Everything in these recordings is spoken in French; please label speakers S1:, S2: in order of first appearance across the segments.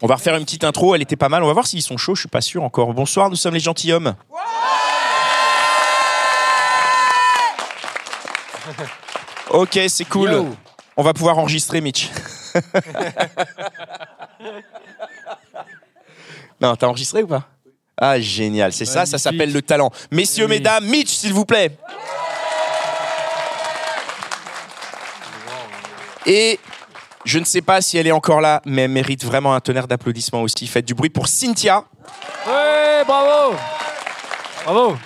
S1: On va refaire une petite intro, elle était pas mal. On va voir s'ils sont chauds, je suis pas sûr encore. Bonsoir, nous sommes les gentilshommes. ok, c'est cool. On va pouvoir enregistrer, Mitch. non, t'as enregistré ou pas Ah, génial, c'est ça, ça s'appelle le talent. Messieurs, mesdames, Mitch, s'il vous plaît. Et je ne sais pas si elle est encore là, mais elle mérite vraiment un tonnerre d'applaudissements aussi. Faites du bruit pour Cynthia.
S2: Ouais, bravo Bravo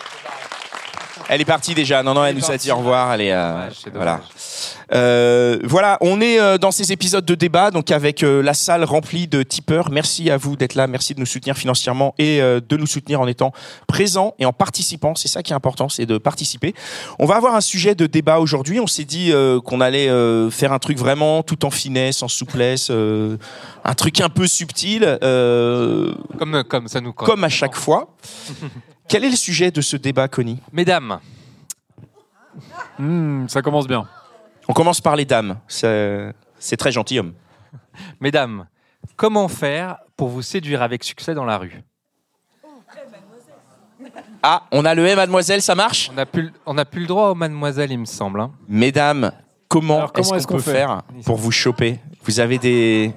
S1: Elle est partie déjà. Non, non, elle, nous a dit au revoir. Elle est, euh,
S2: c'est
S1: voilà. Euh, voilà, on est euh, dans ces épisodes de débat, donc avec euh, la salle remplie de tipeurs. Merci à vous d'être là. Merci de nous soutenir financièrement et euh, de nous soutenir en étant présents et en participant. C'est ça qui est important, c'est de participer. On va avoir un sujet de débat aujourd'hui. On s'est dit euh, qu'on allait euh, faire un truc vraiment tout en finesse, en souplesse, euh, un truc un peu subtil. euh,
S2: Comme, comme ça nous
S1: comme à chaque fois. Quel est le sujet de ce débat, Connie
S2: Mesdames,
S3: Hmm, ça commence bien.
S1: On commence par les dames. C'est c'est très gentil, homme.
S2: mesdames, comment faire pour vous séduire avec succès dans la rue
S1: Ah, on a le M, mademoiselle, ça marche
S2: On n'a plus, le- on n'a plus le droit aux mademoiselles, il me semble. hein.
S1: Mesdames, comment,
S3: Alors, comment
S1: est-ce qu'on
S3: est-ce qu'on
S1: peut
S3: fait
S1: faire pour vous choper Vous avez des...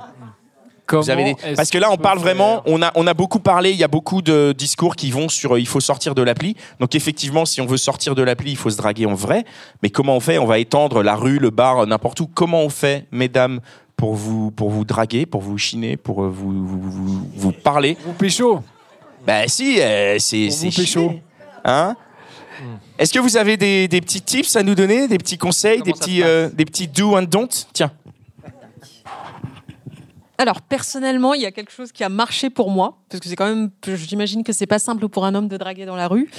S3: Comment
S1: Vous avez des...
S3: est-ce
S1: Parce que là, on
S3: peut
S1: parle
S3: faire
S1: vraiment, on a, on a beaucoup parlé, il y a beaucoup de discours qui vont sur euh, il faut sortir de l'appli. Donc effectivement, si on veut sortir de l'appli, il faut se draguer en vrai. Mais comment on fait On va étendre la rue, le bar, euh, n'importe où. Comment on fait, mesdames, pour vous, pour vous draguer, pour vous chiner, pour euh, vous, vous, vous, vous parler
S3: Vous pécho
S1: Ben si, euh, c'est
S3: Pour
S1: c'est
S3: vous pécho.
S1: chiner. Hein
S2: Hmm.
S1: Est-ce que vous avez des, des petits tips à nous donner, des petits conseils, des
S2: Comment ça
S1: petits,
S2: se passe
S1: euh, des petits do and don't Tiens.
S4: Alors personnellement, il y a quelque chose qui a marché pour moi parce que c'est quand même, j'imagine que c'est pas simple pour un homme de draguer dans la rue.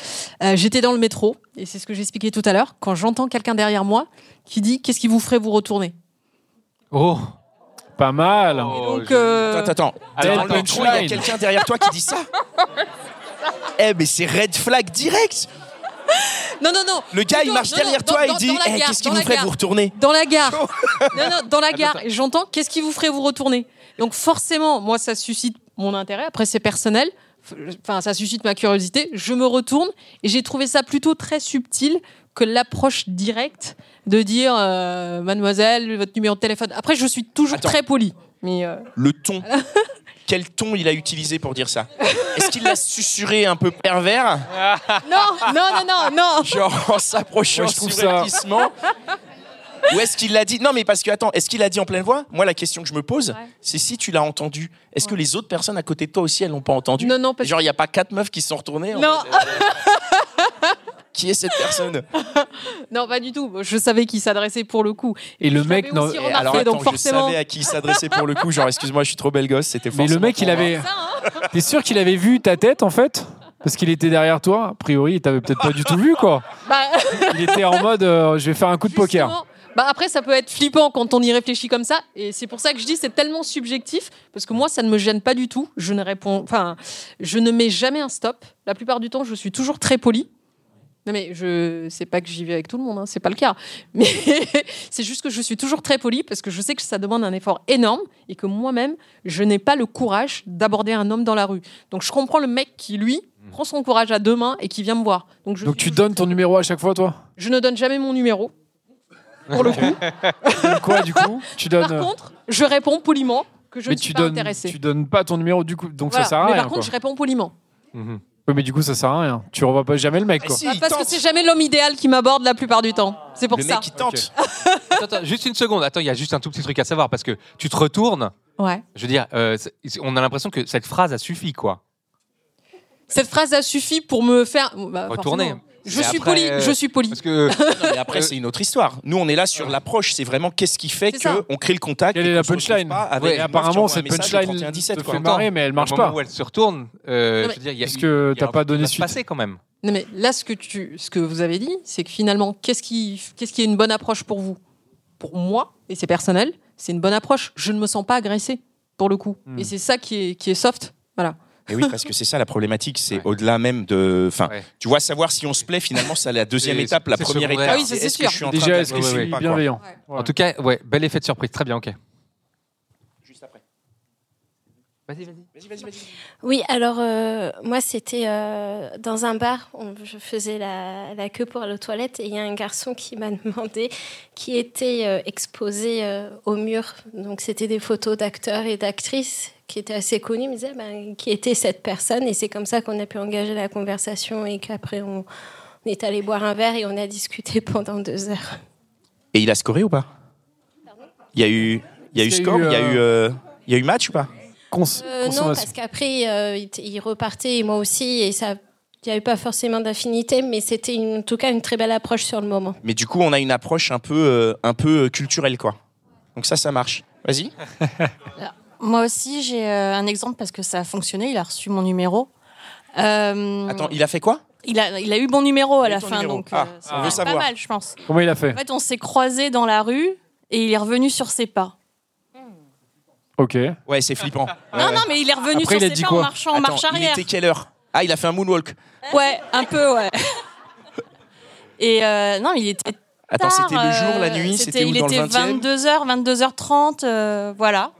S4: Euh, J'étais dans le métro et c'est ce que j'expliquais tout à l'heure. Quand j'entends quelqu'un derrière moi qui dit qu'est-ce qui vous ferait vous retourner
S2: Oh
S3: Pas mal.
S2: Oh.
S4: Et donc,
S2: joli.
S4: euh,
S1: Attends, attends.
S3: Alors,
S1: Dans le métro,
S3: punchline.
S1: il y a quelqu'un derrière toi qui dit ça Eh, mais c'est red flag direct
S4: non non non.
S1: Le gars, il
S4: Plutôt,
S1: marche
S4: non,
S1: derrière
S4: non,
S1: toi
S4: dans-
S1: et il
S4: dans-
S1: dit
S4: dans la
S1: Eh,
S4: gare,
S1: qu'est-ce qui
S4: dans
S1: vous
S4: la
S1: ferait
S4: gare.
S1: vous retourner
S4: Dans la gare. non, non, dans la gare. Et j'entends qu'est-ce qui vous ferait vous retourner Donc forcément, moi, ça suscite mon intérêt. Après, c'est personnel. Enfin, ça suscite ma curiosité. Je me retourne et j'ai trouvé ça plutôt très subtil que l'approche directe de dire euh, mademoiselle, votre numéro de téléphone. Après, je suis toujours
S1: Attends.
S4: très polie. Mais euh,
S1: Le ton. Quel ton il a utilisé pour dire ça Est-ce qu'il l'a susurré un peu pervers
S4: non, non, non, non, non.
S1: genre en s'approchant
S3: Moi, je trouve ça-
S1: subrepticement Ou est-ce qu'il l'a dit Non, mais parce que, attends, est-ce qu'il l'a dit en pleine voix Moi, la question que je me pose,
S4: Ouais.
S1: c'est si tu l'as entendu. Est-ce que les autres personnes à côté de toi aussi, elles l'ont pas entendu
S4: Non, non, parce
S1: Genre, il n'y a pas quatre meufs qui se sont retournées en
S4: Non.
S1: mode, euh, Qui est cette personne
S4: Non, pas du tout. Je savais qui s'adressait pour le coup.
S3: Et le
S4: je
S3: mec,
S4: l'avais
S3: non,
S4: aussi
S3: et
S4: remarqué,
S1: Alors, attends,
S4: donc forcément.
S1: je savais à qui il s'adressait pour le coup. Genre, excuse-moi, je suis trop belle gosse, c'était
S3: Mais le
S1: forcément
S3: mec,
S1: pour
S3: il
S1: moi.
S3: avait.
S4: Ça, hein.
S3: T'es sûr qu'il avait vu ta tête en fait Parce qu'il était derrière toi. A priori, il t'avait peut-être pas du tout vu quoi.
S4: Bah,
S3: Il était en mode euh, je vais faire un coup de poker.
S4: Justement, Bah après, ça peut être flippant quand on y réfléchit comme ça. Et c'est pour ça que je dis c'est tellement subjectif. Parce que moi, ça ne me gêne pas du tout. Je ne réponds. Enfin, je ne mets jamais un stop. La plupart du temps, je suis toujours très poli. Non, mais je sais pas que j'y vais avec tout le monde. hein, c'est pas le cas. Mais c'est juste que je suis toujours très poli parce que je sais que ça demande un effort énorme et que moi-même, je n'ai pas le courage d'aborder un homme dans la rue. Donc, je comprends le mec qui, lui, prend son courage à deux mains et qui vient me voir. Donc, je
S3: Hmm. Donc tu
S4: suis toujours
S3: donnes ton numéro à chaque fois toi
S4: je ne donne jamais mon numéro. Pour le coup.
S3: Donc Quoi du coup Tu donnes. euh,
S4: Par contre, je réponds poliment que je
S3: mais
S4: ne suis
S3: tu
S4: pas
S3: donnes,
S4: intéressée.
S3: tu donnes pas ton numéro du coup, donc
S4: Voilà.
S3: ça sert à
S4: mais
S3: rien.
S4: par contre,
S3: quoi.
S4: je réponds poliment.
S2: Mhm.
S3: Oui, mais du coup, ça sert à rien. Tu revois pas jamais le mec
S1: Eh
S3: quoi.
S1: si,
S4: Bah,
S1: il
S4: parce que
S1: tente.
S4: c'est jamais l'homme idéal qui m'aborde la plupart du temps. C'est pour
S1: Le
S4: ça.
S1: mec, il tente.
S2: Attends, attends, juste une seconde. Attends, il y a juste un tout petit truc à savoir parce que tu te retournes.
S4: Ouais.
S2: Je veux dire, euh, c'est- on a l'impression que cette phrase a suffi, quoi.
S4: Cette phrase a suffi pour me faire bah,
S2: Retourner.
S4: forcément. Je
S2: Mais
S4: suis
S2: après,
S4: poli,
S2: euh,
S4: je suis poli.
S2: Parce que
S1: Non, mais après, c'est une autre histoire. Nous, on est là sur l'approche. C'est vraiment qu'est-ce qui fait
S4: C'est ça.
S1: qu'on crée le contact.
S3: Quelle
S1: et
S3: est la
S1: qu'on se retrouve
S3: punchline
S1: pas avec
S2: Ouais,
S1: une meuf qui
S3: apparemment,
S1: envoie un
S3: cette
S1: message au
S3: punchline
S1: 31-17,
S3: te
S1: quoi.
S3: fait marrer, mais elle marche
S2: au moment
S3: pas.
S2: où elle se retourne, euh,
S4: Non, mais-
S2: je veux dire, il y a-
S3: Parce que
S2: il y a
S3: t'as
S2: un
S3: pas
S2: truc qui
S3: donné
S2: va se
S3: suite.
S2: passer quand même.
S4: Non mais là, ce que tu, ce que vous avez dit, c'est que finalement, qu'est-ce qui, qu'est-ce qui est une bonne approche pour vous Pour moi, et c'est personnel, c'est une bonne approche. Je ne me sens pas agressée pour le coup,
S3: Hmm.
S4: et c'est ça qui est, qui est soft. Voilà.
S1: Mais oui, parce que c'est ça la problématique. C'est
S2: Ouais.
S1: au-delà même de. Enfin,
S2: Ouais.
S1: tu vois, savoir si on se plaît, finalement, c'est la deuxième
S2: C'est-
S1: étape. La
S2: c'est
S1: première
S2: secondaire.
S1: étape,
S4: Ah oui, ça, c'est
S1: est-ce que
S4: sûr.
S1: je suis en train
S3: Déjà, est-ce que
S1: d'agir
S3: je
S1: ou
S3: suis
S1: pas, quoi.
S3: bienveillant
S4: Ouais.
S3: Ouais.
S2: En tout cas, ouais, bel effet de surprise. Très bien, ok.
S1: Juste après.
S2: Vas-y, vas-y.
S1: Vas-y, vas-y, vas-y.
S5: Oui, alors euh, moi c'était euh, dans un bar, on- je faisais la, la queue pour aller aux toilettes et il y a un garçon qui m'a demandé qui était euh, exposé euh, au mur. Donc c'était des photos d'acteurs et d'actrices qui étaient assez connus. Il me disait ben, qui était cette personne et c'est comme ça qu'on a pu engager la conversation et qu'après on, on est allé boire un verre et on a discuté pendant deux heures.
S1: Et il a scoré ou pas Il y a eu, il y a eu
S3: Est-ce qu'il y a
S1: score,
S3: eu,
S1: il y a eu, euh, il y a eu match ou pas
S3: Cons-
S5: Euh, non,
S3: consommation.
S5: parce qu'après euh, il, t- il repartait et moi aussi et ça. Il n'y avait pas forcément d'affinité, mais c'était une- en tout cas une très belle approche sur le moment.
S1: Mais du coup, on a une approche un peu, euh, un peu euh, culturelle, quoi. Donc ça, ça marche. Vas-y.
S6: Moi aussi, j'ai euh, un exemple parce que ça a fonctionné. Il a reçu mon numéro. Euh,
S1: Attends, il a fait quoi
S6: il a, il a eu mon
S1: Il a
S6: numéro à
S1: eu
S6: la
S1: ton
S6: fin,
S1: numéro.
S6: donc
S1: Ah,
S6: euh,
S1: on veut
S6: c'est
S1: savoir.
S6: pas mal, je pense.
S3: Comment il a fait
S6: En fait, on s'est croisés dans la rue et il est revenu sur ses pas.
S3: Ok.
S1: Ouais, c'est flippant. Ouais,
S6: Non,
S1: ouais.
S6: non, mais il est revenu
S3: Après, il
S6: sur
S3: a
S6: ses
S3: dit
S6: pas
S3: quoi
S6: en marchant en
S1: Attends,
S6: marche
S1: il
S6: arrière.
S1: était quelle heure Ah, il a fait un moonwalk.
S6: Ouais, un peu, ouais. Et euh, non, il était
S1: Attends,
S6: tard.
S1: c'était le jour, la
S6: euh,
S1: nuit, c'était où
S6: Il
S1: dans
S6: était
S1: le 20 e
S6: 22h, 22h30, euh, voilà.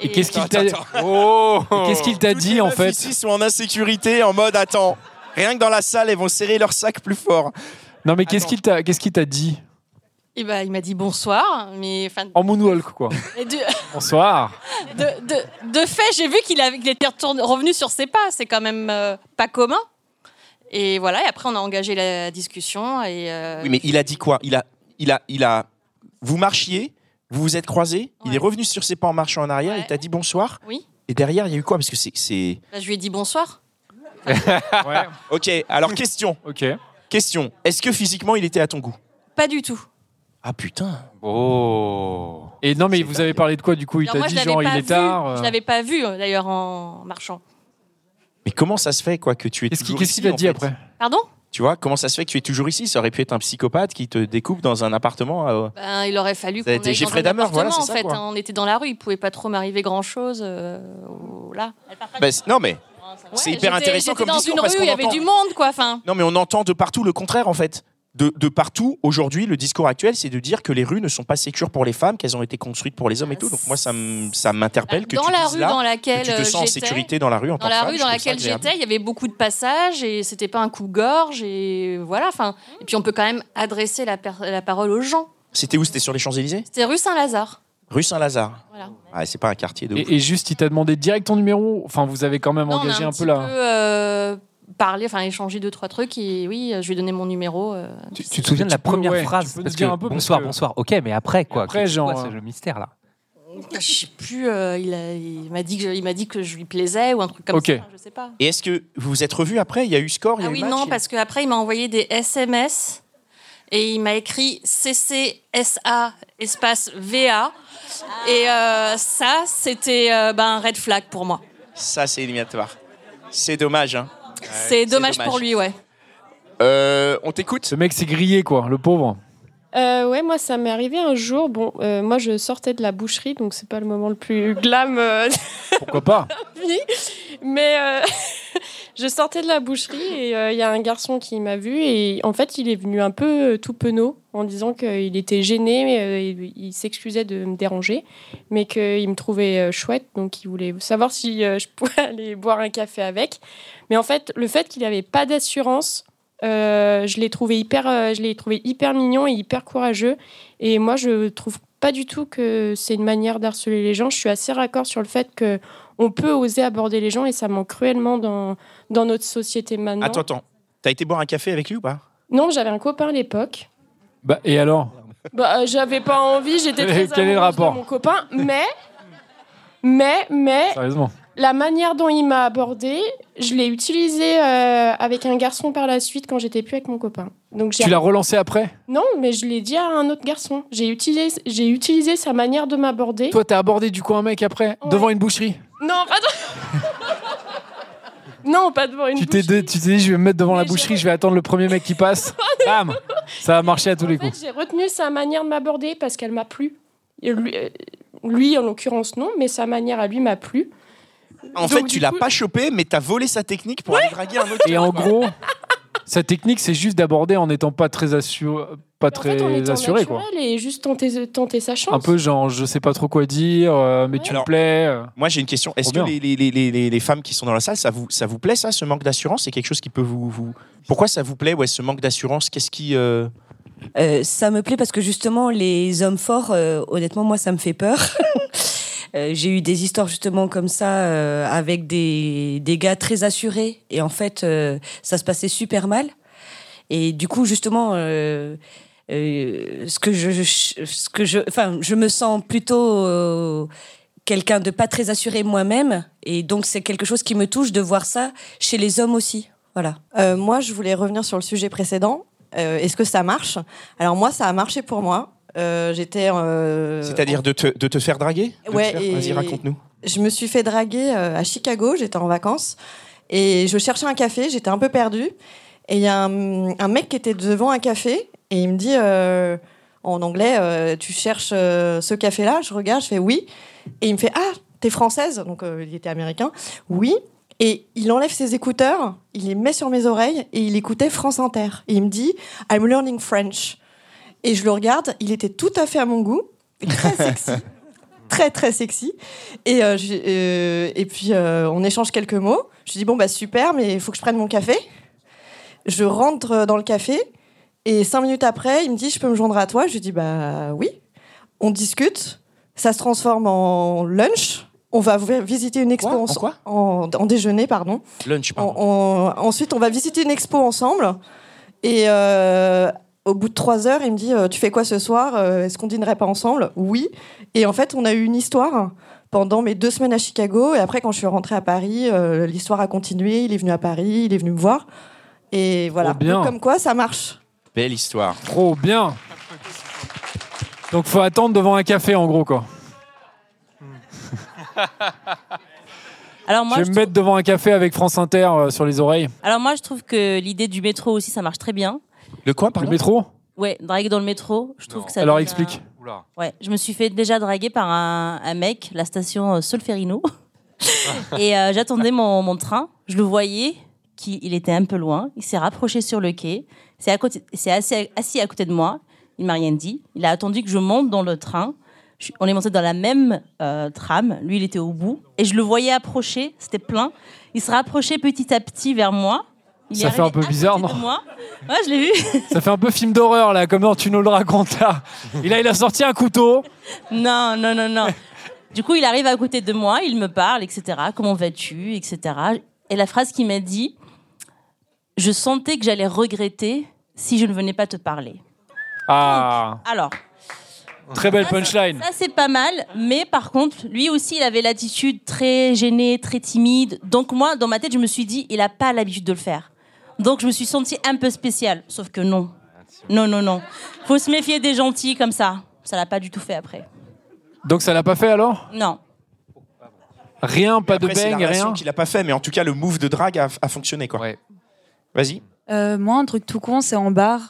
S3: Et qu'est-ce qu'il
S1: Attends,
S3: t'a
S1: attends,
S2: Oh
S3: Et qu'est-ce qu'il t'a
S1: Toutes les
S3: dit en
S1: meufs
S3: fait
S1: Ici sont en insécurité, en mode attends. Rien que dans la salle, elles vont serrer leur sac plus fort.
S3: Non mais qu'est-ce
S1: Attends.
S3: qu'il t'a qu'est-ce qu'il t'a dit
S6: Et ben, il m'a dit bonsoir, mais enfin,
S3: en moonwalk quoi
S6: et du-
S3: Bonsoir.
S6: De, de- de fait, j'ai vu qu'il avait- qu'il était retourné- revenu sur ses pas. C'est quand même euh, pas commun. Et voilà, et après, on a engagé la discussion. Et, euh,
S1: Oui, mais il a dit quoi Il a, il a, il a. Vous marchiez, vous vous êtes croisés. Il
S6: Ouais.
S1: est revenu sur ses pas en marchant en arrière.
S6: Ouais.
S1: Il t'a dit bonsoir.
S6: Oui.
S1: Et derrière, il y a eu quoi Parce que c'est- c'est.
S6: bah, je lui ai dit bonsoir.
S3: Ouais.
S1: Ok. Alors question,
S3: Ok.
S1: question. Est-ce que physiquement, il était à ton goût
S6: Pas du tout.
S1: Ah putain.
S2: Oh
S3: Et non mais
S1: C'est
S3: vous
S1: dingue.
S3: avez parlé de quoi du coup Il
S6: Alors,
S3: t'a
S6: moi,
S3: dit
S6: je l'avais
S3: genre il
S6: pas
S3: est
S6: vu.
S3: tard. euh,
S6: Je l'avais pas vu, euh, d'ailleurs, en marchant.
S1: Mais comment ça se fait quoi que tu es
S3: Qu'est-ce qu'il
S1: toujours
S3: qu'est-ce
S1: ici,
S3: qu'il a
S1: en
S3: dit
S1: fait
S3: après
S6: Pardon
S1: Tu vois comment ça se fait que tu es toujours ici Ça aurait pu être un psychopathe qui te découpe dans un appartement. euh,
S6: ben, Il aurait fallu
S1: Ça
S6: qu'on
S1: a
S6: aille
S1: été
S6: dans
S1: Jeffrey
S6: un
S1: Dahmer, voilà,
S6: appartement,
S1: c'est ça,
S6: en fait.
S1: quoi.
S6: hein. On était dans la rue, il pouvait pas trop m'arriver grand-chose. euh, là.
S1: bah, c'est- non mais c'est
S6: Ouais,
S1: hyper
S6: j'étais-
S1: intéressant
S6: j'étais
S1: comme
S6: dans
S1: discours
S6: une
S1: parce
S6: rue,
S1: qu'on
S6: il y avait
S1: entend-
S6: du monde, quoi. Enfin,
S1: Non, mais on entend de partout le contraire, en fait. De, de partout, aujourd'hui, le discours actuel, c'est de dire que les rues ne sont pas sécures pour les femmes, qu'elles ont été construites pour les hommes et tout. Donc, moi, ça m- ça m'interpelle que
S6: Bah, dans
S1: tu
S6: la
S1: dises
S6: rue
S1: là
S6: dans
S1: que
S6: laquelle
S1: tu te
S6: euh,
S1: sens en
S6: j'étais.
S1: sécurité dans la rue en tant
S6: dans
S1: que
S6: la
S1: femme,
S6: rue
S1: je
S6: dans
S1: trouve
S6: laquelle
S1: ça agréable.
S6: j'étais, il y avait beaucoup de passages et c'était pas un coup de gorge et voilà. Enfin, et puis on peut quand même adresser la, per- la parole aux gens.
S1: C'était où C'était sur les Champs-Élysées
S6: C'était rue Saint-Lazare.
S1: Rue Saint-Lazare.
S6: Voilà.
S1: Ah, c'est pas un quartier de ouf.
S3: Et, et juste il t'a demandé direct ton numéro. Enfin vous avez quand même
S6: Non, on a
S3: engagé un,
S6: petit
S3: peu là.
S6: peu, euh, parlé, enfin échangé deux trois trucs et oui, euh, je lui ai donné mon numéro. euh.
S2: tu, tu te souviens de la
S3: Tu peux,
S2: première
S3: ouais,
S2: phrase
S3: tu peux nous
S2: parce que,
S3: dire un peu, parce
S2: Bonsoir,
S3: que-
S2: bonsoir. Ok, mais après quoi
S3: Après,
S2: Qu'est-ce que
S3: genre,
S2: quoi,
S3: euh,
S2: C'est le mystère là.
S6: Je sais plus. euh, il a- il m'a dit que je- il m'a dit que je lui plaisais ou un truc comme
S3: Ok.
S6: ça. Je sais pas.
S1: Et est-ce que vous vous êtes revus après Il y a eu score il y a
S6: Ah
S1: eu
S6: oui,
S1: match,
S6: non,
S1: il-
S6: parce qu'après, il m'a envoyé des SMS et il m'a écrit CCSA espace VA. Et euh, ça, c'était euh, ben, un red flag pour moi.
S1: Ça, c'est éliminatoire. C'est dommage. Hein.
S6: c'est dommage,
S1: dommage.
S6: pour lui, ouais.
S1: Euh, on t'écoute
S3: Ce mec s'est grillé quoi, le pauvre.
S7: Euh, ouais, moi ça m'est arrivé un jour. Bon, euh, moi je sortais de la boucherie, donc c'est pas le moment le plus glam euh, de
S3: Pourquoi pas
S7: la vie. Mais euh, je sortais de la boucherie et euh, il y a un garçon qui m'a vu et en fait il est venu un peu euh, tout penaud en disant qu'il était gêné, mais, euh, il, il s'excusait de me déranger, mais qu'il me trouvait euh, chouette, donc il voulait savoir si euh, je pouvais aller boire un café avec. Mais en fait, le fait qu'il n'avait pas d'assurance, euh, je l'ai trouvé hyper, euh, je l'ai trouvé hyper mignon et hyper courageux. Et moi, je trouve pas du tout que c'est une manière d'harceler les gens. Je suis assez raccord sur le fait que on peut oser aborder les gens et ça manque cruellement dans, dans notre société maintenant.
S1: Attends, attends. T'as été boire un café avec lui ou pas
S7: Non, j'avais un copain à l'époque.
S3: Bah et alors
S7: Bah, euh, j'avais pas envie, j'étais
S3: Quel est-
S7: très
S3: quel est le
S7: amoureuse de
S3: rapport
S7: mon copain, mais mais mais
S3: Sérieusement.
S7: la manière dont il m'a abordé, je l'ai utilisé euh, avec un garçon par la suite quand j'étais plus avec mon copain. Donc j'ai
S3: Tu l'as relancé après
S7: non, mais je l'ai dit à un autre garçon. J'ai utilisé, j'ai utilisé sa manière de m'aborder.
S3: Toi, t'as abordé du coup un mec après
S7: Ouais.
S3: Devant une boucherie
S7: Non, pas de- non, pas devant une
S3: Tu t'es
S7: boucherie.
S3: dit, tu t'es dit, je vais me mettre devant la
S7: Mais j'ai-
S3: boucherie, je vais attendre le premier mec qui passe. Bam Ça a marché à tous les
S7: En fait,
S3: coups.
S7: j'ai retenu sa manière de m'aborder parce qu'elle m'a plu. Et Lui, euh, lui, en l'occurrence, non, mais sa manière à lui m'a plu.
S1: En
S7: Donc,
S1: fait,
S7: du
S1: tu l'as
S7: coup-
S1: pas chopé, mais t'as volé sa technique pour aller draguer un autre.
S3: Et en gros, sa technique, c'est juste d'aborder en n'étant pas très, assuré, pas
S7: En fait,
S3: très
S7: on était en
S3: assuré, quoi.
S7: naturel Et juste tenter, tenter sa chance.
S3: Un peu genre, je sais pas trop quoi dire, euh, mais tu me
S1: Alors-
S3: plais. euh.
S1: Moi, j'ai une question. Est-ce que
S3: Trop
S1: les,
S3: bien.
S1: les- les- les- les femmes qui sont dans la salle, ça vous, ça vous plaît, ça, ce manque d'assurance C'est quelque chose qui peut vous, vous- Pourquoi ça vous plaît, ouais, ce manque d'assurance Qu'est-ce qui. euh,
S8: Euh, ça me plaît parce que justement, les hommes forts, euh, honnêtement, moi, ça me fait peur. Euh, J'ai eu des histoires justement comme ça euh, avec des, des gars très assurés et en fait, euh, ça se passait super mal. Et du coup, justement, euh, euh, ce que je, je- ce que je, enfin, je me sens plutôt euh, quelqu'un de pas très assuré moi-même et donc c'est quelque chose qui me touche de voir ça chez les hommes aussi. Voilà.
S9: Euh, moi, je voulais revenir sur le sujet précédent. Euh, Est-ce que ça marche Alors moi, ça a marché pour moi. Euh, J'étais. euh,
S1: C'est-à-dire de te, de te faire draguer De te
S9: Ouais,
S1: faire-
S9: et-
S1: Vas-y, raconte-nous.
S9: Je me suis fait draguer euh, à Chicago. J'étais en vacances et je cherchais un café. J'étais un peu perdue. Et il y a un, un mec qui était devant un café et il me dit euh, en anglais euh, Tu cherches euh, ce café-là Je regarde, je fais oui. Et il me fait Ah, t'es française Donc euh, il était américain. Oui. Et il enlève ses écouteurs, il les met sur mes oreilles et il écoutait France Inter. Et il me dit I'm learning French. Et je le regarde, il était tout à fait à mon goût, très sexy. Très très sexy et euh, j'ai- euh, et puis euh, on échange quelques mots. Je dis bon bah super mais il faut que je prenne mon café. Je rentre euh, dans le café et cinq minutes après il me dit je peux me joindre à toi. Je lui dis bah oui. On discute, ça se transforme en lunch. On va v- visiter une expo
S1: Quoi En
S9: ense-
S1: quoi
S9: en- en déjeuner pardon.
S1: Lunch,
S9: On-
S1: pardon.
S9: on- ensuite, on va visiter une expo ensemble. Et euh, au bout de trois heures, il me dit euh, Tu fais quoi ce soir Euh, Est-ce qu'on dînerait pas ensemble Oui. Et en fait, on a eu une histoire pendant mes deux semaines à Chicago. Et après, quand je suis rentrée à Paris, euh, l'histoire a continué. Il est venu à Paris, il est venu me voir. Et voilà.
S3: Trop bien.
S9: Donc, comme quoi, ça marche.
S1: Belle histoire.
S3: Trop bien Donc faut attendre devant un café en gros quoi.
S10: Alors Ah, moi,
S3: je
S10: je
S3: vais me mettre devant un café avec France Inter euh, sur les oreilles.
S10: trou- alors moi, je trouve que l'idée du métro aussi, ça marche très bien.
S1: Le quoi,
S3: Le
S1: pardon
S3: métro
S10: Ouais, drague dans le métro, je trouve
S2: Non.
S10: que ça.
S3: Alors
S10: donne un-
S3: explique.
S2: Oula.
S10: Ouais, je me suis fait déjà draguer par un, un mec, la station euh, Solferino. et euh, j'attendais mon, mon train. Je le voyais, qui, il était un peu loin. Il s'est rapproché sur le quai. C'est à côté, c'est assis, assis à côté de moi. Il m'a rien dit. Il a attendu que je monte dans le train. Je suis- on est monté dans la même euh, tram. Lui, il était au bout. Et je le voyais approcher. C'était plein. Il se rapprochait petit à petit vers moi. Il
S3: Ça
S10: est
S3: fait un
S10: arrivé
S3: peu
S10: à
S3: bizarre,
S10: côté de
S3: non
S10: moi. Ouais, je l'ai vu.
S3: Ça fait un peu film d'horreur là, comment tu nous le racontes là. Et là il a sorti un couteau.
S10: Non, non, non, non. Du coup, il arrive à côté de moi, il me parle, etc. Comment vas-tu, etc. Et la phrase qu'il m'a dit, je sentais que j'allais regretter si je ne venais pas te parler.
S3: Ah,
S10: Alors,
S3: très belle punchline.
S10: ça c'est pas mal, mais par contre, lui aussi, il avait l'attitude très gênée, très timide. Donc moi, dans ma tête, je me suis dit, il n'a pas l'habitude de le faire. Donc je me suis sentie un peu spéciale, sauf que non. Non, non, non. Faut se méfier des gentils comme ça. Ça l'a pas du tout fait après.
S3: Donc ça l'a pas fait euh, alors
S10: Non.
S3: Rien, pas
S1: Après,
S3: de
S1: c'est la
S3: bang,
S1: relation
S3: rien.
S1: qu'il a pas fait, mais en tout cas, le move de drague a, a fonctionné, quoi.
S2: Ouais.
S1: Vas-y.
S11: Euh, moi, un truc tout con, c'est en bar.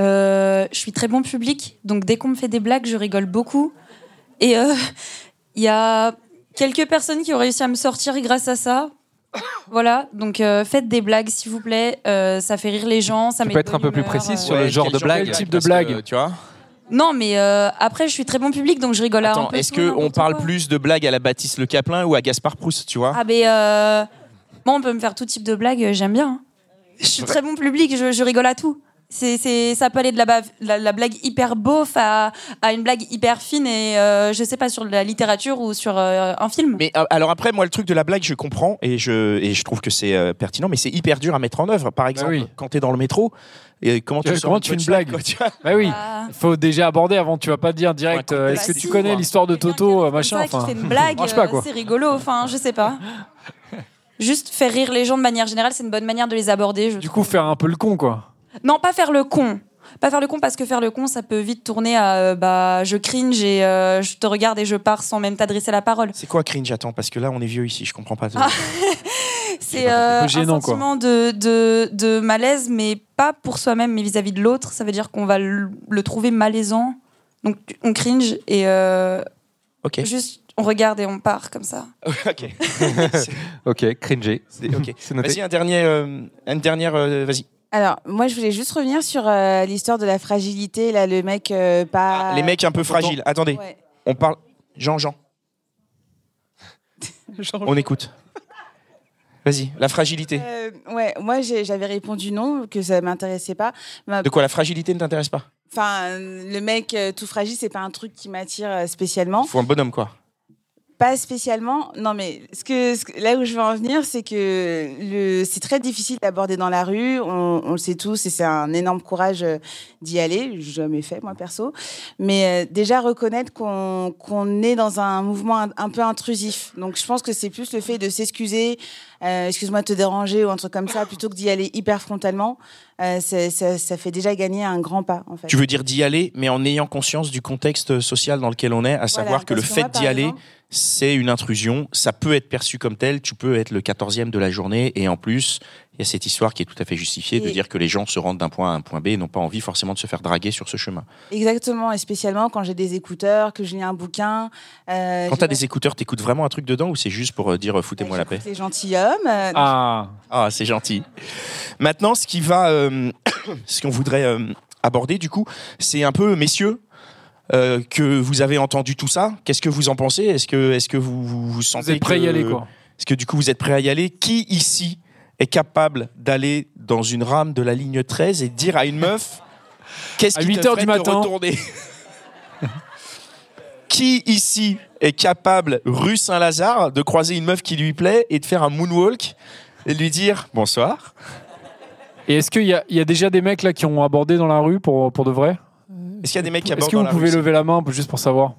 S11: Euh, je suis très bon public, donc dès qu'on me fait des blagues, je rigole beaucoup. Et euh, il y a quelques personnes qui ont réussi à me sortir grâce à ça. Voilà, donc euh, faites des blagues, s'il vous plaît. Euh, ça fait rire les gens, ça
S2: Tu
S11: met
S2: peux
S11: de
S2: être
S11: bonne
S2: un peu plus
S11: humeur,
S2: précis
S11: euh.
S2: sur le
S1: Ouais,
S2: genre
S1: quel
S2: de blague.
S3: Quel type de
S1: parce que,
S3: blague
S1: Tu vois
S11: Non, mais euh, après, je suis très bon public, donc je rigole à un
S1: Attends,
S11: peu
S1: est-ce
S11: tout et
S1: qu'on
S11: n'importe
S1: parle
S11: quoi.
S1: plus de blagues à la Baptiste Le Caplin ou à Gaspard Proust, tu vois
S11: Ah, mais hein. euh, moi, on peut me faire tout type de blagues, euh, j'aime bien. hein. Je suis très bon public, je, je rigole à tout. C'est, c'est, ça peut aller de la, bave- la- la blague hyper beauf à, à une blague hyper fine et euh, je sais pas sur de la littérature ou sur euh, un film.
S1: Mais euh, alors après, moi, le truc de la blague, je comprends et je, et je trouve que c'est euh, pertinent, mais c'est hyper dur à mettre en œuvre. Par exemple, quand t'es dans le métro, et comment
S3: Bah
S1: tu,
S3: Tu vois,
S1: sors
S3: comment tu fais une
S1: punchline,
S3: blague
S1: quoi, tu
S3: Bah oui, faut déjà aborder avant. Tu vas pas dire direct. euh, Est-ce que tu connais l'histoire de Toto, euh, machin
S11: ça qui
S3: Enfin,
S11: fait une blague,
S3: marche pas
S11: euh,
S3: quoi.
S11: c'est rigolo. Enfin, je sais pas. Juste faire rire les gens de manière générale, c'est une bonne manière de les aborder. Je
S3: Du coup, faire un peu le con quoi.
S11: Non, pas faire le con. Pas faire le con parce que faire le con, ça peut vite tourner à euh, bah je cringe et euh, je te regarde et je pars sans même t'adresser la parole.
S1: C'est quoi cringe Attends, parce que là, on est vieux ici, je comprends pas.
S11: C'est euh,
S1: peu
S11: un
S1: gênant, quoi.
S11: sentiment de, de, de malaise, mais pas pour soi-même, mais vis-à-vis de l'autre. Ça veut dire qu'on va le, le trouver malaisant. Donc tu- on cringe et euh,
S1: Ok.
S11: juste on regarde et on part comme ça.
S1: ok.
S2: ok, cringé.
S1: ok.
S2: C'est noté.
S1: Vas-y, un dernier, euh, une dernière, euh, vas-y.
S12: Alors, moi, je voulais juste revenir sur euh, l'histoire de la fragilité. Là, le mec, euh, pas.
S1: Ah, Les mecs un peu fragiles. Attendez,
S12: Ouais.
S1: on parle. Jean, Jean, on écoute. Vas-y, la fragilité.
S12: Euh, ouais, moi, j'ai- j'avais répondu non, que ça m'intéressait pas. Ma-
S1: De quoi la fragilité ne t'intéresse pas
S12: Enfin, euh, le mec euh, tout fragile, c'est pas un truc qui m'attire euh, spécialement.
S1: Faut un bonhomme quoi.
S12: Pas spécialement. Non, mais ce que, ce que- là où je veux en venir, c'est que le, c'est très difficile d'aborder dans la rue. On, on le sait tous, et c'est un énorme courage euh, d'y aller. J'ai jamais fait, moi perso. Mais euh, déjà reconnaître qu'on, qu'on est dans un mouvement un, un peu intrusif. Donc, je pense que c'est plus le fait de s'excuser, euh, excuse-moi de te déranger ou un truc comme ça, plutôt que d'y aller hyper frontalement. Euh, ça, ça- ça fait déjà gagner un grand pas, en fait.
S1: Tu veux dire d'y aller, mais en ayant conscience du contexte social dans lequel on est, à savoir que le
S12: parce que moi,
S1: fait
S12: par
S1: d'y aller,
S12: exemple-
S1: c'est une intrusion, ça peut être perçu comme tel, tu peux être le 14e de la journée, et en plus, il y a cette histoire qui est tout à fait justifiée de
S12: Et-
S1: dire que les gens se rendent d'un point A à un point B et n'ont pas envie forcément de se faire draguer sur ce chemin.
S12: Exactement, et spécialement quand j'ai des écouteurs, que je lis un bouquin. Euh,
S1: Quand
S12: j'ai-
S1: t'as des écouteurs, t'écoutes vraiment un truc dedans ou c'est juste pour euh, dire euh, foutez-moi la paix
S12: les gentilshommes. euh,
S1: Ah, c'est gentil. Maintenant, ce qui va, euh, ce qu'on voudrait euh, aborder, du coup, c'est un peu, messieurs, euh, que vous avez entendu tout ça. Qu'est-ce que vous en pensez Est-ce que, est-ce que vous, vous, vous sentez
S3: êtes prêts à y
S1: que-
S3: aller, quoi.
S1: Est-ce que du coup, vous êtes prêts à y aller Qui ici est capable d'aller dans une rame de la ligne 13 et dire à une meuf Qu'est-ce
S3: À
S1: qui
S3: 8
S1: te
S3: heures
S1: ferait
S3: du
S1: te
S3: matin.
S1: retourner qui ici est capable, rue Saint-Lazare, de croiser une meuf qui lui plaît et de faire un moonwalk et lui dire bonsoir
S3: Et est-ce qu'il y, a- il y a déjà des mecs là qui ont abordé dans la rue pour, pour de vrai
S1: Est-ce qu'il y a des mecs qui
S3: Est-ce
S1: abordent
S3: que
S1: dans
S3: vous
S1: la
S3: pouvez
S1: rue
S3: lever la main juste pour savoir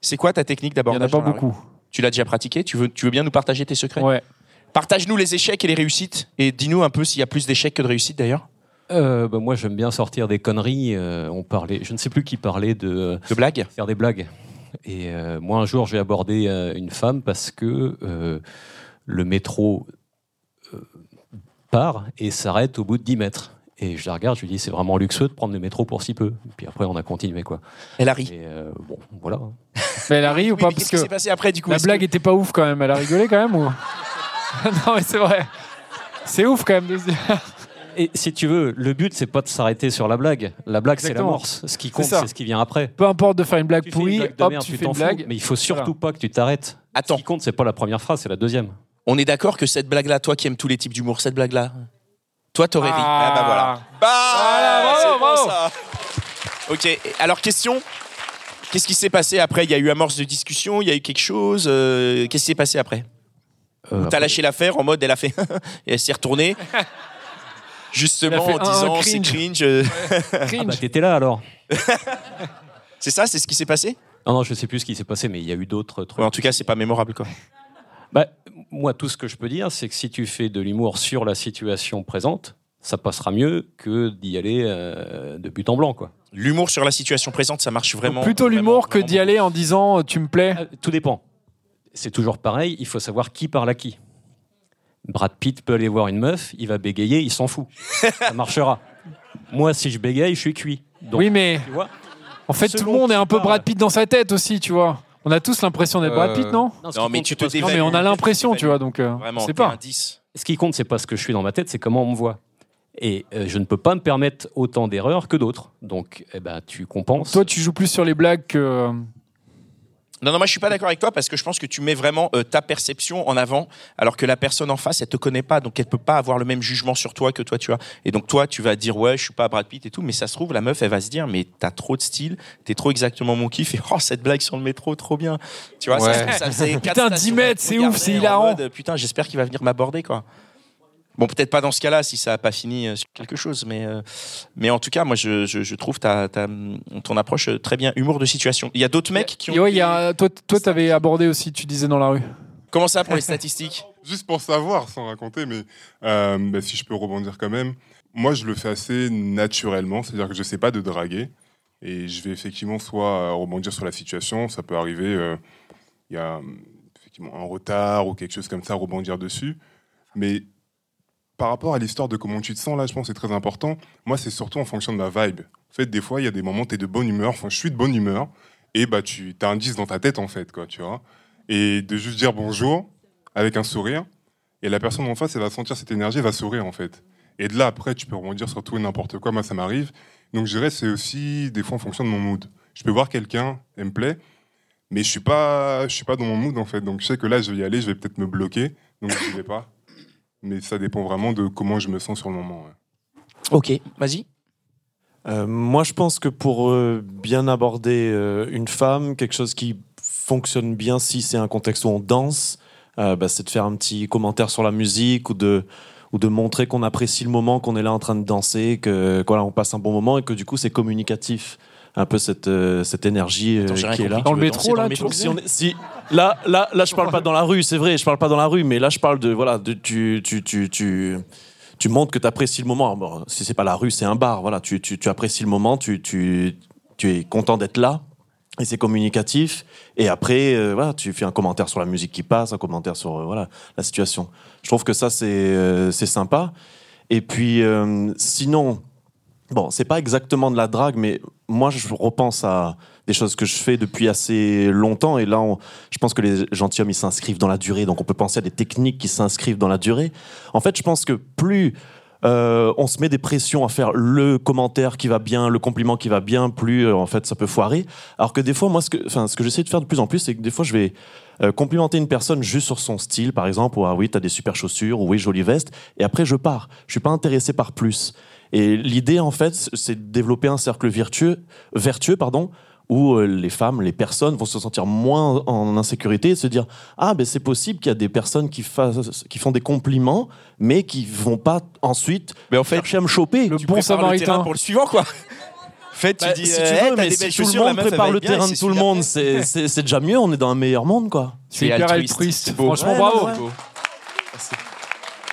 S1: C'est quoi ta technique
S3: Il n'y en a
S1: d'abordage
S3: pas
S1: dans la
S3: beaucoup.
S1: rue Tu l'as déjà pratiqué tu veux, tu veux bien nous partager tes secrets
S3: Ouais.
S1: Partage-nous les échecs et les réussites et dis-nous un peu s'il y a plus d'échecs que de réussites d'ailleurs.
S13: Euh, bah, moi, j'aime bien sortir des conneries. Euh, on parlait, je ne sais plus qui parlait de,
S1: de blagues,
S13: faire des blagues. Et euh, moi, un jour, j'ai abordé euh, une femme parce que euh, le métro euh, part et s'arrête au bout de 10 mètres. Et je la regarde, je lui dis, c'est vraiment luxueux de prendre le métro pour si peu. Puis après, on a continué quoi. euh,
S1: Elle a ri.
S13: bon, voilà.
S3: Mais elle a ri ou pas Parce
S1: qu'est-ce qui s'est passé après du coup
S3: La
S1: Est-ce
S3: blague
S1: que-
S3: était pas ouf quand même. Elle a rigolé quand même ou Non, mais c'est vrai. C'est ouf quand même de se dire.
S13: Et si tu veux, le but, c'est pas de s'arrêter sur la blague. La blague, c'est
S3: Exactement.
S13: l'amorce. Ce qui compte,
S3: C'est ça
S13: c'est
S3: ça.
S13: ce qui vient après.
S3: Peu importe de faire une blague
S13: Tu fais une
S3: pourrie,
S13: blague de
S3: hop,
S13: merde,
S3: tu,
S13: tu
S3: fais
S13: t'en
S3: une
S13: fous,
S3: blague.
S13: mais il faut surtout pas que tu t'arrêtes. Ce qui compte, c'est pas la première phrase, c'est la deuxième.
S1: On est d'accord que cette blague-là, toi qui aimes tous les types d'humour, cette blague-là, toi t'aurais ri.
S3: Ah.
S1: Ah bah voilà. Bah, c'est bon, ça. Ok, et alors question Qu'est-ce qui s'est passé après Il y a eu amorce de discussion, il y a eu quelque chose. euh, Qu'est-ce qui s'est passé après Ou T'as
S13: Euh, après-
S1: lâché l'affaire en mode elle a fait. et elle s'est retournée. Justement
S13: Elle a
S1: en
S13: fait un,
S1: disant
S13: un
S1: c'est
S13: cringe.
S1: cringe. euh.
S13: Ah bah, t'étais là alors.
S1: c'est ça, c'est ce qui s'est passé
S13: Non, non, je sais plus ce qui s'est passé, mais il y a eu d'autres trucs.
S1: en tout cas, c'est pas mémorable, quoi.
S13: Bah, moi, tout ce que je peux dire, c'est que si tu fais de l'humour sur la situation présente, ça passera mieux que d'y aller euh, de but en blanc, quoi.
S1: L'humour sur la situation présente, ça marche vraiment.
S3: Plutôt l'humour que d'y aller hein, en disant euh, tu me plais.
S13: Euh, Tout dépend. C'est toujours pareil, il faut savoir qui parle à qui. Brad Pitt peut aller voir une meuf, il va bégayer, il s'en fout. Ça marchera. Moi, si je bégaye, je suis cuit. Donc,
S3: oui, mais
S13: tu vois,
S3: en fait, tout le monde est un peu Brad Pitt dans sa tête aussi, tu vois. On a tous l'impression d'être Brad
S1: Euh,
S3: Pitt, non
S13: Euh, Non, ce qui compte, c'est pas ce que-
S3: Non, mais on a l'impression, tu vois, donc euh,
S13: Vraiment,
S3: c'est
S13: t'es
S3: pas.
S13: un Ce qui compte, c'est pas ce que je suis dans ma tête, c'est comment on me voit. Et euh, je ne peux pas me permettre autant d'erreurs que d'autres. Donc, eh ben, tu compenses.
S3: Toi, tu joues plus sur les blagues que.
S1: Non, non, moi je suis pas d'accord avec toi parce que je pense que tu mets vraiment euh, ta perception en avant alors que la personne en face elle te connaît pas donc elle peut pas avoir le même jugement sur toi que toi tu as. Et donc toi tu vas dire ouais je suis pas Brad Pitt et tout mais ça se trouve la meuf elle va se dire mais t'as trop de style, t'es trop exactement mon kiff et oh cette blague sur le métro trop bien. Tu vois, ça
S3: Ouais.
S1: se trouve, ça faisait quatre
S3: Putain, 10
S1: stations
S3: mètres, c'est ouf,
S1: regardées
S3: c'est
S1: en
S3: hilarant.
S1: mode, putain j'espère qu'il va venir m'aborder quoi. Bon, peut-être pas dans ce cas-là si ça n'a pas fini euh, sur quelque chose, mais, euh, mais en tout cas, moi, je, je- je trouve ta, ta- ton approche euh, très bien, humour de situation. Il y a d'autres mecs qui ont.
S3: Et ouais, il y a un- toi, toi, t'avais abordé aussi, tu disais dans la rue.
S1: Comment ça pour les statistiques
S14: Juste pour savoir, sans raconter, mais euh, bah, si je peux rebondir quand même, moi je le fais assez naturellement, c'est-à-dire que je ne sais pas de draguer et je vais effectivement soit euh, rebondir sur la situation, ça peut arriver, euh, il y a euh, effectivement un retard ou quelque chose comme ça, rebondir dessus, mais par rapport à l'histoire de comment tu te sens là, je pense que c'est très important. Moi, c'est surtout en fonction de la vibe. En fait, des fois, il y a des moments où tu es de bonne humeur, enfin, je suis de bonne humeur, et bah tu as un 10 dans ta tête en fait, quoi, tu vois. Et de juste dire bonjour avec un sourire, et la personne en face, elle va sentir cette énergie, elle va sourire en fait. Et de là, après, tu peux rebondir sur tout et n'importe quoi. Moi, ça m'arrive. Donc, je dirais, c'est aussi des fois en fonction de mon mood. Je peux voir quelqu'un, elle me plaît, mais je suis pas, je suis pas dans mon mood en fait. Donc, je sais que là, je vais y aller, je vais peut-être me bloquer, donc je vais pas. Mais ça dépend vraiment de comment je me sens sur le moment. ouais.
S1: Ok, vas-y.
S15: Euh, moi, je pense que pour euh, bien aborder euh, une femme, quelque chose qui fonctionne bien si c'est un contexte où on danse, euh, bah, c'est de faire un petit commentaire sur la musique ou de, ou de montrer qu'on apprécie le moment, qu'on est là en train de danser, que voilà, on passe un bon moment et que du coup c'est communicatif. Un peu cette, euh, cette énergie euh,
S1: Attends, j'ai rien
S15: qui est là.
S1: compris. Dans le Tu veux métro, danser là, dans le tu métro
S15: si on est- si- là, là, là, je parle pas dans la rue, c'est vrai, je parle pas dans la rue, mais là, je parle de voilà, de, tu, tu, tu, tu, tu montres que tu apprécies le moment. Alors, bon, si c'est pas la rue, c'est un bar. Voilà, tu, tu, tu apprécies le moment, tu, tu, tu es content d'être là. Et c'est communicatif. Et après, euh, voilà, tu fais un commentaire sur la musique qui passe, un commentaire sur euh, voilà la situation. Je trouve que ça c'est euh, c'est sympa. Et puis euh, sinon, Bon, c'est pas exactement de la drague, mais moi, je repense à des choses que je fais depuis assez longtemps. Et là, on- je pense que les gentilshommes, ils s'inscrivent dans la durée. Donc, on peut penser à des techniques qui s'inscrivent dans la durée. En fait, je pense que plus euh, on se met des pressions à faire le commentaire qui va bien, le compliment qui va bien, plus, euh, en fait, ça peut foirer. Alors que des fois, moi, ce que, enfin, ce que j'essaie de faire de plus en plus, c'est que des fois, je vais euh, complimenter une personne juste sur son style, par exemple, ou ah oui, t'as des super chaussures, ou oui, jolie veste, et après je pars. Je suis pas intéressé par plus. Et l'idée, en fait, c'est de développer un cercle vertueux, vertueux pardon, où euh, les femmes, les personnes vont se sentir moins en insécurité et se dire ah ben c'est possible qu'il y a des personnes qui fassent, qui font des compliments, mais qui vont pas ensuite chercher à me choper.
S1: bon
S15: Le
S1: prépares le Samaritain. terrain pour le suivant, quoi. fait, tu dis,
S15: Bah, si
S1: euh,
S15: tu
S1: Hey, t'as
S15: veux, mais
S1: des
S15: si
S1: belles
S15: tout le
S1: chaussures, la
S15: monde
S1: meuf, elle va
S15: prépare
S1: être
S15: le
S1: bien,
S15: terrain
S1: c'est
S15: de tout le
S1: super
S15: monde,
S1: bien.
S15: c'est c'est- c'est déjà mieux. On est dans un meilleur monde, quoi.
S3: C'est hyper altruiste. Franchement, bravo.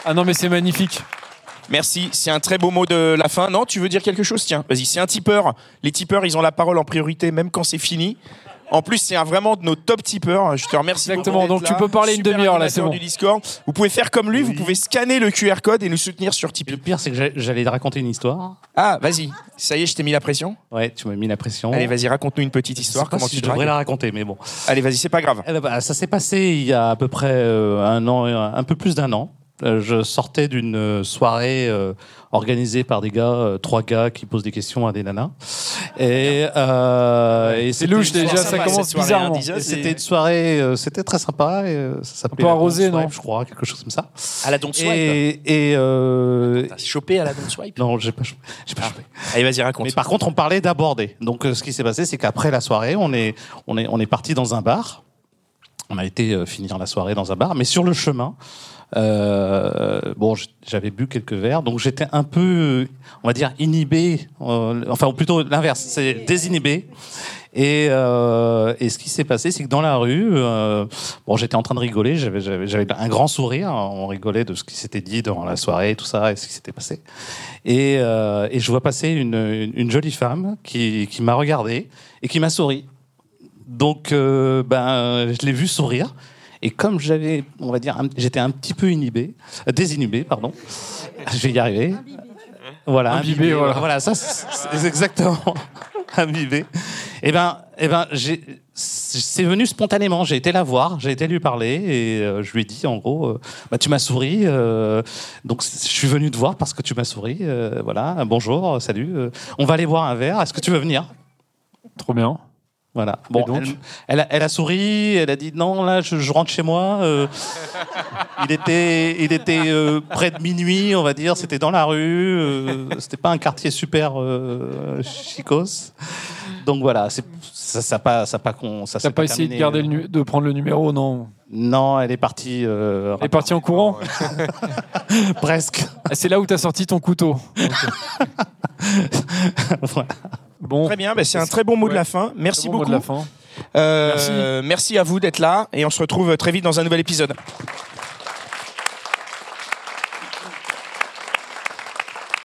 S3: Ah non, mais c'est magnifique.
S1: Merci, c'est un très beau mot de la fin. Non, tu veux dire quelque chose Tiens, vas-y, c'est un tipeur. Les tipeurs, ils ont la parole en priorité, même quand c'est fini. En plus, c'est un vraiment de nos top tipeurs. Je te remercie.
S3: Exactement,
S1: beaucoup
S3: donc
S1: d'être
S3: tu
S1: là.
S3: peux parler une
S1: Super
S3: demi-heure, là, c'est
S1: animateur
S3: bon.
S1: du Discord. Vous pouvez faire comme lui, vous pouvez scanner le QR code et nous soutenir sur Tipeee.
S16: Le pire, c'est que j'a- j'allais te raconter une histoire.
S1: Ah, vas-y. Ça y est, je t'ai mis la pression.
S16: Ouais, tu m'as mis la pression.
S1: Allez, vas-y, raconte-nous une petite
S16: Je sais
S1: histoire.
S16: pas
S1: comment
S16: si
S1: tu
S16: je devrais
S1: dragues.
S16: la raconter, mais bon.
S1: Allez, vas-y, c'est pas grave.
S16: Eh ben, ça s'est passé il y a à peu près euh, un an, et un un peu plus d'un an. Euh, Je sortais d'une euh, soirée euh, organisée par des gars, euh, trois gars qui posent des questions à des nanas. Et, euh, et
S3: C'est
S16: c'était
S3: louche,
S16: une
S3: déjà,
S16: soirée-
S3: ça commence
S16: soirée,
S3: bizarrement.
S16: hein, déjà,
S3: Et
S16: C'était
S3: c'est-
S16: une soirée, euh, c'était très sympa. Et, euh, ça s'appelait la
S3: arrosé,
S16: Dance
S3: non
S16: Swipe, Je crois, quelque chose comme ça.
S1: À la Don't Swipe.
S16: Et, et euh,
S1: Chopé à la Don't Swipe Ah.
S16: Non, j'ai pas chopé. J'ai pas chopé.
S1: Allez, vas-y, raconte.
S16: Mais par contre, on parlait d'aborder. Donc, euh, ce qui s'est passé, c'est qu'après la soirée, on est, on est, on est parti dans un bar. On a été euh, finir la soirée dans un bar, mais sur le chemin, euh, bon, j- j'avais bu quelques verres, donc j'étais un peu, euh, on va dire, inhibé, euh, enfin, ou plutôt l'inverse, c'est désinhibé. Et, euh, et ce qui s'est passé, c'est que dans la rue, euh, bon, j'étais en train de rigoler, j'avais- j'avais j'avais un grand sourire, on rigolait de ce qui s'était dit dans la soirée, tout ça, et ce qui s'était passé. Et, euh, et je vois passer une, une- une jolie femme qui, qui m'a regardé et qui m'a souri. Donc, euh, ben, je l'ai vu sourire. Et comme j'avais, on va dire, un- j'étais un petit peu inhibé, euh, désinhibé, pardon. Je vais y arriver. Voilà,
S3: Imbibé, voilà.
S16: voilà, ça, c'est c'est exactement. imbibé. Eh ben, eh ben, j'ai- c'est venu spontanément. J'ai été la voir, j'ai été lui parler et euh, je lui ai dit, en gros, euh, bah, tu m'as souri, euh, donc c- je suis venu te voir parce que tu m'as souri. euh, voilà, bonjour, salut. euh, on va aller boire un verre. Est-ce que tu veux venir
S3: Trop bien.
S16: Voilà. Bon, elle, elle a, elle a souri, elle a dit non, là, je, je rentre chez moi. euh, il était, il était euh, près de minuit, on va dire. C'était dans la rue. euh, C'était pas un quartier super euh, chicos. Donc voilà, c'est- ça n'a pas, ça a pas, con- ça
S3: T'as
S16: s'est
S3: pas essayé de,
S16: terminé. euh,
S3: garder le nu- de prendre le numéro, non
S16: Non, elle est partie. euh,
S3: elle est partie en courant Ah,
S16: Presque.
S3: C'est là où t'as sorti ton couteau. Bon.
S1: Très bien, bah, c'est un très bon mot de la fin. Merci
S3: Très bon mot
S1: beaucoup.
S3: de la fin.
S1: Euh, merci à vous d'être là et on se retrouve très vite dans un nouvel épisode.